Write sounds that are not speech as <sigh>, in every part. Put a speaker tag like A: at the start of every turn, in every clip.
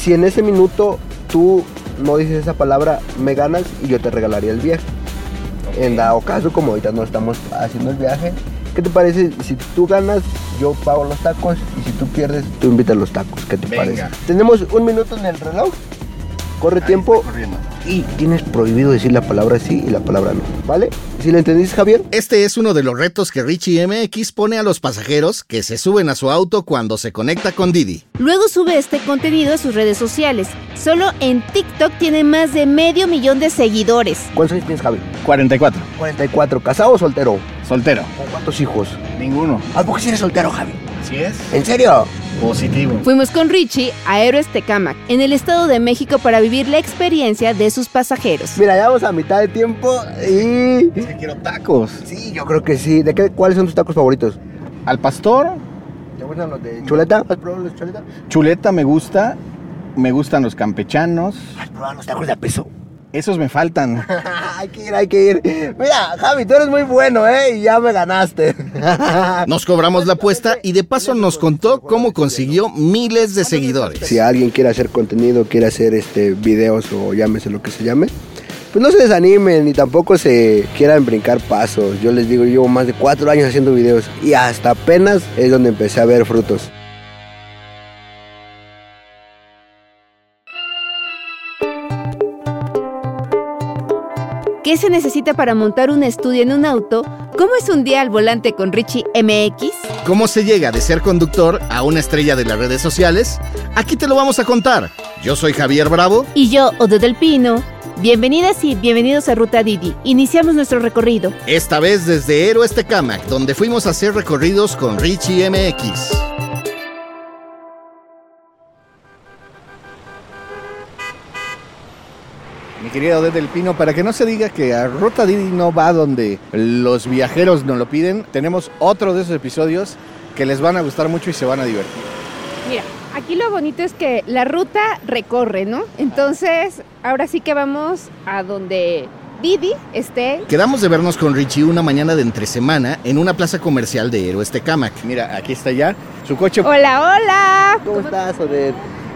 A: Si en ese minuto tú no dices esa palabra, me ganas y yo te regalaría el viaje. En dado caso, como ahorita no estamos haciendo el viaje, ¿qué te parece si tú ganas, yo pago los tacos y si tú pierdes, tú invitas los tacos? ¿Qué te
B: Venga.
A: parece? Tenemos un minuto en el reloj, corre
B: Ahí
A: tiempo
B: está corriendo.
A: y tienes prohibido decir la palabra sí y la palabra no, ¿vale? ¿Si la entendís, Javier?
C: Este es uno de los retos que Richie MX pone a los pasajeros que se suben a su auto cuando se conecta con Didi.
D: Luego sube este contenido a sus redes sociales. Solo en TikTok tiene más de medio millón de seguidores.
A: ¿Cuántos años tienes, Javier?
B: 44.
A: 44, ¿casado o soltero?
B: Soltero.
A: ¿Con cuántos hijos?
B: Ninguno.
A: ¿A poco si eres soltero, Javi?
B: Así es.
C: Eh,
A: ¿En serio?
B: Positivo.
D: Fuimos con Richie a Héroes Tecámac, en el Estado de México, para vivir la experiencia de sus pasajeros.
A: Mira, ya vamos a mitad de tiempo y...
B: Es que quiero tacos.
A: Sí, yo creo que sí. ¿De qué, ¿Cuáles son tus tacos favoritos?
B: Al pastor,
A: ¿Te gustan los de chuleta? ¿Has probado los de chuleta?
B: chuleta me gusta. Me gustan los campechanos.
A: ¿Has probado los tacos de peso? <laughs>
B: Esos me <laughs> faltan.
A: hay que ir, hay que ir. Mira, Javi, tú eres muy bueno, ¿eh? Y ya me <laughs> ganaste.
C: Nos cobramos la apuesta y de paso nos contó cómo consiguió miles de seguidores.
B: ah.
A: si alguien quiere hacer contenido, quiere hacer este videos o llámese lo que se llame, pues no se desanimen ni tampoco se quieran brincar pasos. Yo les digo, yo llevo más de cuatro años haciendo videos y hasta apenas es donde empecé a ver frutos.
D: ¿Qué se necesita para montar un estudio en un auto? ¿Cómo es un día al volante con Richie MX?
C: ¿Cómo se llega de ser conductor a una estrella de las redes sociales? Aquí te lo vamos a contar. Yo soy Javier Bravo.
D: Y yo, Odo del Pino. Bienvenidas y bienvenidos a Ruta Didi. Iniciamos nuestro recorrido.
C: Esta vez desde Héroes Tecamac, donde fuimos a hacer recorridos con Richie MX.
B: Mi querido Odette del Pino, para que no se diga que a Ruta Didi no va donde los viajeros nos lo piden, tenemos otro de esos episodios que les van a gustar mucho y se van a divertir.
E: Mira, aquí lo bonito es que la ruta recorre, ¿no? Entonces, ahora sí que vamos a donde Didi esté.
C: Quedamos de vernos con Richie una mañana de entre semana en una plaza comercial de Héroes Tecamac.
B: Mira, aquí está ya su coche.
E: Hola, hola.
A: ¿Cómo estás, Odette?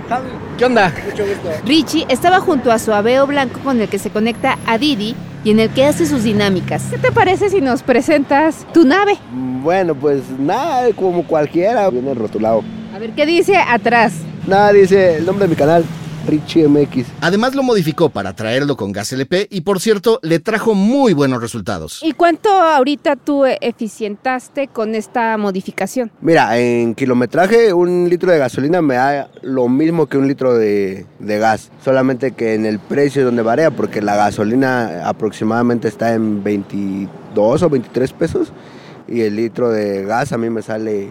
A: Javi,
B: ¿Qué onda?
A: mucho gusto.
D: Richie estaba junto a su aveo blanco con el que se conecta a Didi y en el que hace sus dinámicas.
E: ¿Qué te parece si nos presentas tu nave?
A: Bueno, pues nada, como cualquiera. Viene rotulado.
E: A ver qué dice atrás.
A: Nada, dice el nombre de mi canal, Richie MX.
C: Además lo modificó para traerlo con gas LP y por cierto le trajo muy buenos resultados.
E: ¿Y cuánto ahorita tú eh, eficientaste con esta modificación?
A: Mira, en kilometraje un litro de gasolina me da lo mismo que un litro de, de gas, solamente que en el precio es donde varía, porque la gasolina aproximadamente está en 22 o 23 pesos y el litro de gas a mí me sale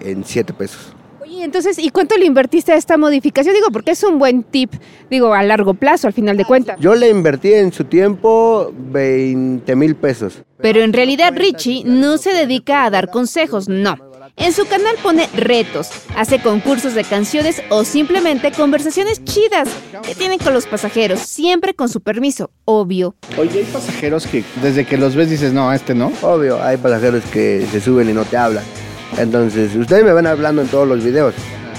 A: en 7 pesos.
E: Oye, entonces, ¿y cuánto le invertiste a esta modificación? Digo, porque es un buen tip, digo, a largo plazo, al final de cuentas.
A: Yo le invertí en su tiempo 20 mil pesos.
D: Pero en realidad Richie no se dedica a dar consejos, no. En su canal pone retos, hace concursos de canciones o simplemente conversaciones chidas que tienen con los pasajeros, siempre con su permiso, obvio.
B: Oye, hay pasajeros que desde que los ves dices, no, este no.
A: Obvio, hay pasajeros que se suben y no te hablan. Entonces, ustedes me van hablando en todos los videos,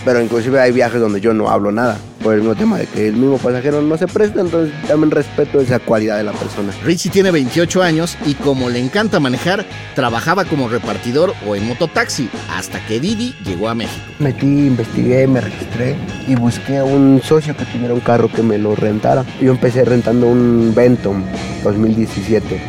A: pero inclusive hay viajes donde yo no hablo nada, por el mismo tema de que el mismo pasajero no se presta, entonces también respeto esa cualidad de la persona.
C: Richie tiene 28 años y como le encanta manejar, trabajaba como repartidor o en mototaxi hasta que Didi llegó a México.
A: Metí, investigué, me registré y busqué a un socio que tuviera un carro que me lo rentara. Yo empecé rentando un Benton 2017.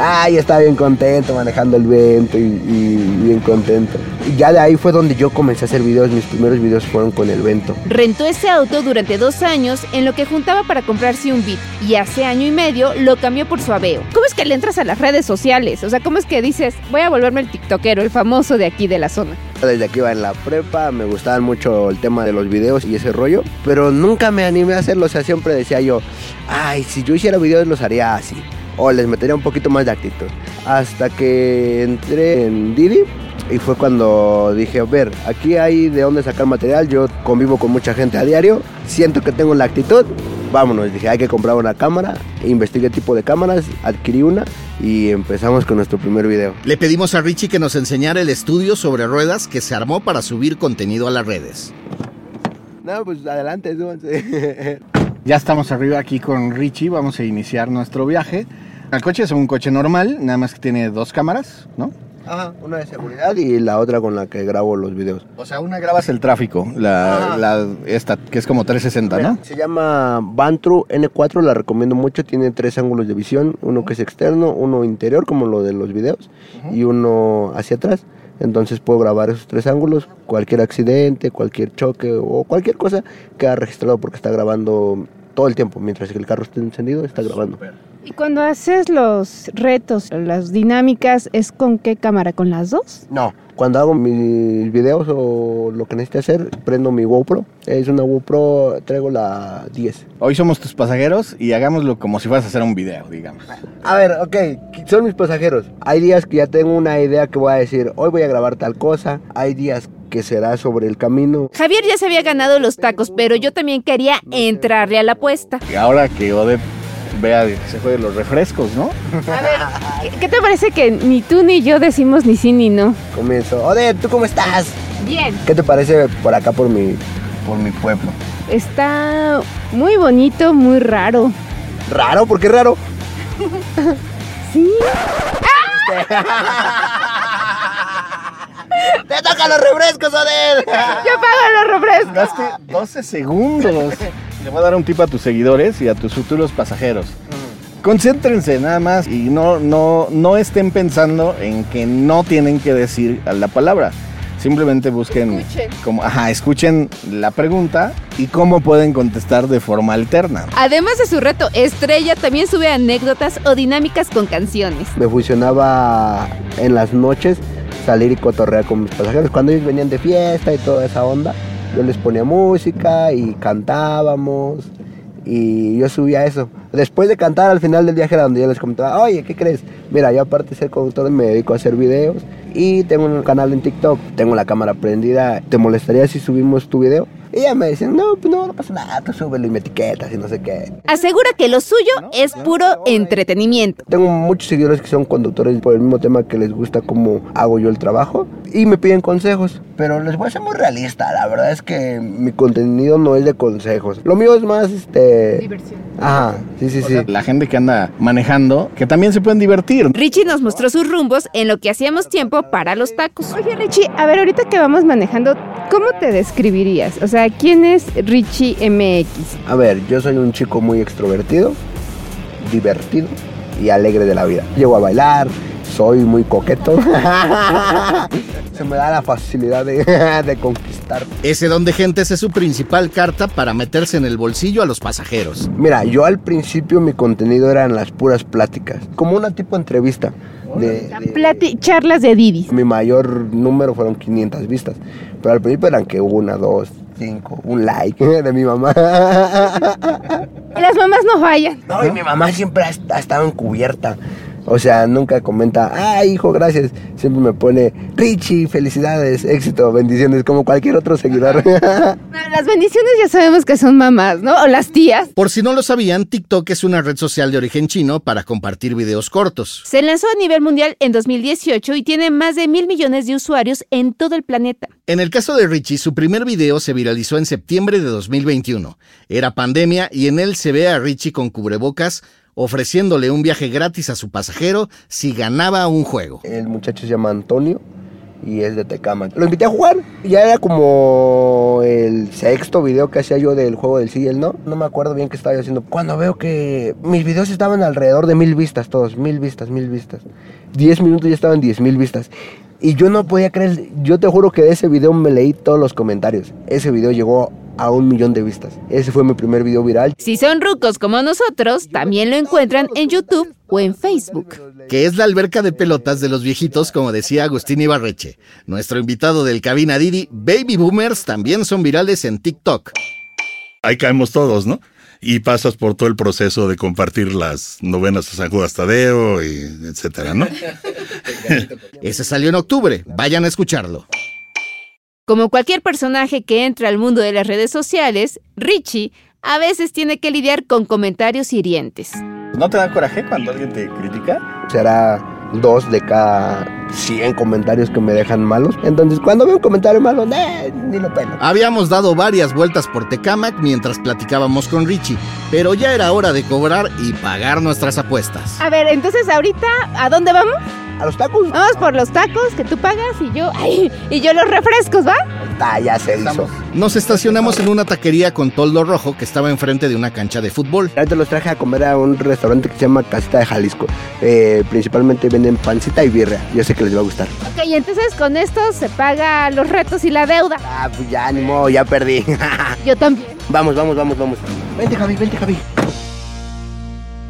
A: Ay, estaba bien contento manejando el Vento y, y bien contento. Y ya de ahí fue donde yo comencé a hacer videos. Mis primeros videos fueron con el Vento.
D: Rentó ese auto durante dos años en lo que juntaba para comprarse un beat y hace año y medio lo cambió por su aveo.
E: ¿Cómo es que le entras a las redes sociales? O sea, ¿cómo es que dices, voy a volverme el tiktokero, el famoso de aquí de la zona?
A: Desde que iba en la prepa me gustaban mucho el tema de los videos y ese rollo, pero nunca me animé a hacerlo, o sea, siempre decía yo, ay, si yo hiciera videos los haría así, o les metería un poquito más de actitud. Hasta que entré en Didi y fue cuando dije, a ver, aquí hay de dónde sacar material, yo convivo con mucha gente a diario, siento que tengo la actitud, vámonos, dije, hay que comprar una cámara, investigué tipo de cámaras, adquirí una y empezamos con nuestro primer video.
C: Le pedimos a Richie que nos enseñara el estudio sobre ruedas que se armó para subir contenido a las redes.
A: No, pues adelante, súbanse. <laughs>
B: Ya estamos arriba aquí con Richie, vamos a iniciar nuestro viaje. El coche es un coche normal, nada más que tiene dos cámaras, ¿no?
A: Ajá, una de seguridad y la otra con la que grabo los videos.
B: O sea, una grabas el tráfico, la,
A: Ajá.
B: la- esta, que es como 360, ¿no?
A: Se llama Bantru N4, la recomiendo mucho. Tiene tres ángulos de visión: uno que es externo, uno interior, como lo de los videos, y uno hacia atrás. Entonces puedo grabar esos tres ángulos, cualquier accidente, cualquier choque o cualquier cosa queda registrado porque está grabando todo el tiempo. Mientras que el carro esté encendido, está grabando.
E: Y cuando haces los retos, las dinámicas, ¿es con qué cámara? ¿Con las dos?
A: No, cuando hago mis videos o lo que necesite hacer, prendo mi GoPro. Es una GoPro, traigo la 10.
B: Hoy somos tus pasajeros y hagámoslo como si fueras a hacer un video, digamos.
A: A ver, ok, qu- son mis pasajeros. Hay días que ya tengo una idea que voy a decir, hoy voy a grabar tal cosa. Hay días que será sobre el camino.
D: Javier ya se había ganado los tacos, pero yo también quería entrarle a la apuesta.
E: <laughs>
B: Y ahora que Ode vea que se juegue los refrescos, ¿no?
E: ¿Qué, qué te parece que ni tú ni yo decimos ni sí ni no?
A: Comienzo. Ode, ¿tú cómo estás?
E: Bien.
A: ¿Qué te parece por acá por mi
B: Por mi pueblo.
E: Está muy bonito, muy raro.
A: raro? ¿Por qué raro?
E: Sí.
A: <laughs> ¡Te tocan los refrescos, Ode!
E: Yo pago los refrescos.
B: Gaste 12 segundos. Le voy a dar un tip a tus seguidores y a tus futuros pasajeros. Concéntrense nada más y no, no, no estén pensando en que no tienen que decir la palabra. Simplemente busquen,
E: Escuchen.
B: Como, ajá, escuchen la pregunta y cómo pueden contestar de forma alterna.
D: Además de su reto, Estrella también sube anécdotas o dinámicas con canciones.
A: Me funcionaba en las noches salir y cotorrear con mis pasajeros. Cuando ellos venían de fiesta y toda esa onda, yo les ponía música y cantábamos y yo subía eso. Después de cantar al final del viaje era donde yo les comentaba, oye, ¿qué crees? Mira, yo aparte de ser conductor me dedico a hacer videos y tengo un canal en TikTok, tengo la cámara prendida, ¿te molestaría si subimos tu video? Y ya me decían, no, pues no, no pasa nada, tú súbelo y me etiquetas y no sé qué.
D: Asegura que lo suyo es puro entretenimiento.
A: Tengo muchos seguidores que son conductores por el mismo tema que les gusta cómo hago yo el trabajo y me piden consejos. Pero les voy a ser muy realista, la verdad es que mi contenido no es de consejos. Lo mío es más, este...
E: Diversión.
A: Ajá, sí, sí,
B: O
A: sí.
B: sea, la gente que anda manejando, que también se pueden divertir.
D: Richie nos mostró sus rumbos en lo que hacíamos tiempo para los tacos.
E: Oye, Richie, a ver, ahorita que vamos manejando, ¿cómo te describirías? O sea, ¿quién es Richie MX?
A: A ver, yo soy un chico muy extrovertido, divertido y alegre de la vida. Llego a bailar, soy muy coqueto. <laughs> Se me da la facilidad de, <laughs> de conquistar.
C: Ese don de gentes es su principal carta para meterse en el bolsillo a los pasajeros.
A: Mira, yo al principio mi contenido eran las puras pláticas, como una tipo entrevista. De, de-
E: Plati- charlas de Didis.
A: mi mayor número fueron 500 vistas, pero al principio eran que una, dos, cinco, un like <laughs> de mi mamá.
E: Las mamás no fallan.
A: No, y mi mamá siempre ha, est- ha estado encubierta. O sea, nunca comenta, ah, hijo, gracias. Siempre me pone, Richie, felicidades, éxito, bendiciones, como cualquier otro seguidor.
E: Las bendiciones ya sabemos que son mamás, ¿no? O las tías.
C: Por si no lo sabían, TikTok es una red social de origen chino para compartir videos cortos.
D: Se lanzó a nivel mundial en 2018 y tiene más de mil millones de usuarios en todo el planeta.
C: En el caso de Richie, su primer video se viralizó en septiembre de 2021. Era pandemia y en él se ve a Richie con cubrebocas ofreciéndole un viaje gratis a su pasajero si ganaba un juego.
A: El muchacho se llama Antonio y es de Tecama. Lo invité a jugar. Ya era como el sexto video que hacía yo del juego del sí y el no. No me acuerdo bien qué estaba yo haciendo. Cuando veo que mis videos estaban alrededor de mil vistas, todos. Mil vistas, mil vistas. Diez minutos ya estaban diez mil vistas. Y yo no podía creer. Yo te juro que de ese video me leí todos los comentarios. Ese video llegó a un millón de vistas. Ese fue mi primer video viral.
D: Si son rucos como nosotros, también lo encuentran en YouTube o en Facebook.
C: que es la alberca de pelotas de los viejitos, como decía Agustín Ibarreche. Nuestro invitado del cabina Didi, Baby Boomers, también son virales en TikTok.
F: ahí caemos todos, ¿no? Y pasas por todo el proceso de compartir las novenas a San Judas Tadeo, y etcétera, ¿no?
C: Ese salió en octubre, vayan a escucharlo.
D: Como cualquier personaje que entra al mundo de las redes sociales, Richie a veces tiene que lidiar con comentarios hirientes.
B: ¿No te da coraje cuando alguien te critica?
A: Será dos de cada 100 comentarios que me dejan malos. Entonces, cuando veo un comentario malo, "Nah, ni lo pelo.
C: Habíamos dado varias vueltas por Tecamac mientras platicábamos con Richie, pero ya era hora de cobrar y pagar nuestras apuestas.
E: A ver, entonces ahorita, ¿a dónde vamos?
A: A los tacos,
E: Vamos por los tacos que tú pagas y yo, ay, y yo los refrescos, ¿va?
A: ah, ya se hizo.
C: Nos estacionamos en una taquería con toldo rojo que estaba enfrente de una cancha de fútbol.
A: Antes los traje a comer a un restaurante que se llama Casita de Jalisco. Eh, principalmente venden pancita y birria. Yo sé que les va a gustar.
E: Ok, y entonces con esto se paga los retos y la deuda.
A: Ah, pues ya, ni modo, ya perdí. <laughs>
E: Yo también.
A: vamos, vamos, vamos, vamos. Vente, Javi, vente, Javi.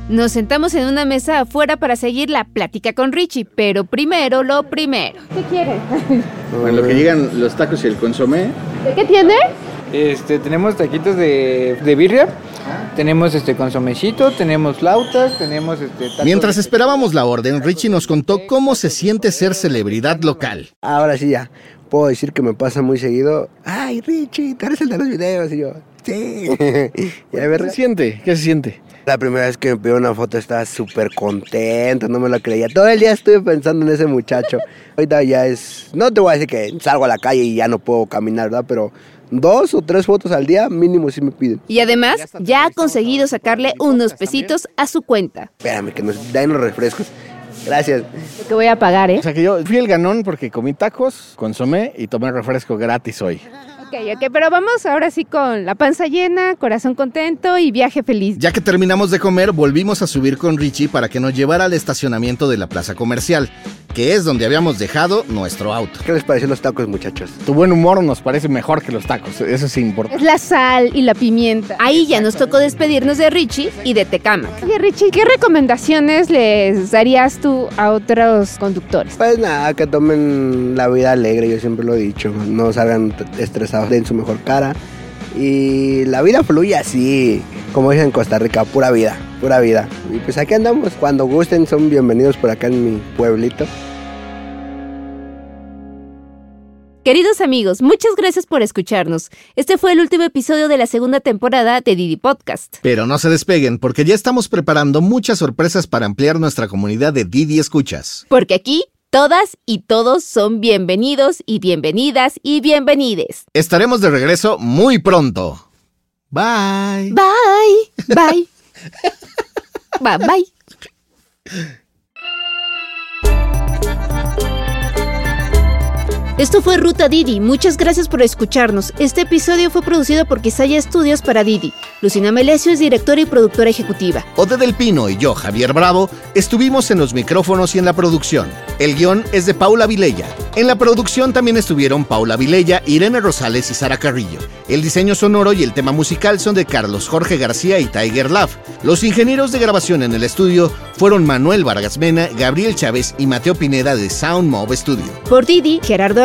D: Nos sentamos en una mesa afuera para seguir la plática con Richie, pero primero lo primero.
E: ¿Qué quieres?
G: En lo que llegan los tacos y el consomé.
E: ¿De qué tiene?
H: Este, tenemos taquitos de, de birria, tenemos este consomecito, tenemos flautas, tenemos este. tacos
C: Mientras
H: de-
C: esperábamos la orden, Richie nos contó cómo se siente ser celebridad local.
A: Ahora sí ya. Puedo decir que me pasa muy seguido. Ay, Richie, tú eres el de los videos. Y yo, sí. <laughs> y a
B: ¿Qué
A: ver,
B: se siente? ¿Qué se siente?
A: la primera vez que me pidió una foto estaba súper contento, no me lo creía. Todo el día estuve pensando en ese muchacho. Ahorita ya es... No te voy a decir que salgo a la calle y ya no puedo caminar, ¿verdad? Pero dos o tres fotos al día mínimo sí me piden.
D: Y además, ya ha conseguido sacarle unos pesitos a su cuenta.
A: Espérame, que nos den los refrescos. Gracias.
E: Lo que voy a pagar, ¿eh?
B: O sea que yo fui el ganón porque comí tacos, consomé y tomé refresco gratis hoy.
E: Ok, ok, pero vamos ahora sí con la panza llena, corazón contento y viaje feliz.
C: Ya que terminamos de comer, volvimos a subir con Richie para que nos llevara al estacionamiento de la plaza comercial, que es donde habíamos dejado nuestro auto.
A: ¿Qué les pareció los tacos, muchachos?
B: Tu buen humor nos parece mejor que los tacos, eso sí importa.
E: Es la sal y la pimienta.
D: Ahí ya nos tocó despedirnos de Richie y de Tecamac.
E: Oye, Richie, ¿qué recomendaciones les darías tú a otros conductores?
A: Pues nada, que tomen la vida alegre, yo siempre lo he dicho. No salgan t- estresados, den su mejor cara. Y la vida fluye así, como dicen en Costa Rica, pura vida, pura vida. Y pues aquí andamos, cuando gusten son bienvenidos por acá en mi pueblito.
D: Queridos amigos, muchas gracias por escucharnos. Este fue el último episodio de la segunda temporada de Didi Podcast.
C: Pero no se despeguen, porque ya estamos preparando muchas sorpresas para ampliar nuestra comunidad de Didi Escuchas.
D: Porque aquí todas y todos son bienvenidos y bienvenidas y bienvenides.
C: Estaremos de regreso muy pronto. Bye.
D: Bye. <laughs> Bye. Bye bye. Esto fue Ruta Didi. Muchas gracias por escucharnos. Este episodio fue producido por Quisaya Studios para Didi. Lucina Melesio es directora y productora ejecutiva.
C: Ode del Pino y yo, Javier Bravo, estuvimos en los micrófonos y en la producción. El guión es de Paula Vilella. En la producción también estuvieron Paula Vilella, Irene Rosales y Sara Carrillo. El diseño sonoro y el tema musical son de Carlos Jorge García y Tiger Love. Los ingenieros de grabación en el estudio fueron Manuel Vargas Mena, Gabriel Chávez y Mateo Pineda de Sound Mob Studio.
D: Por Didi, Gerardo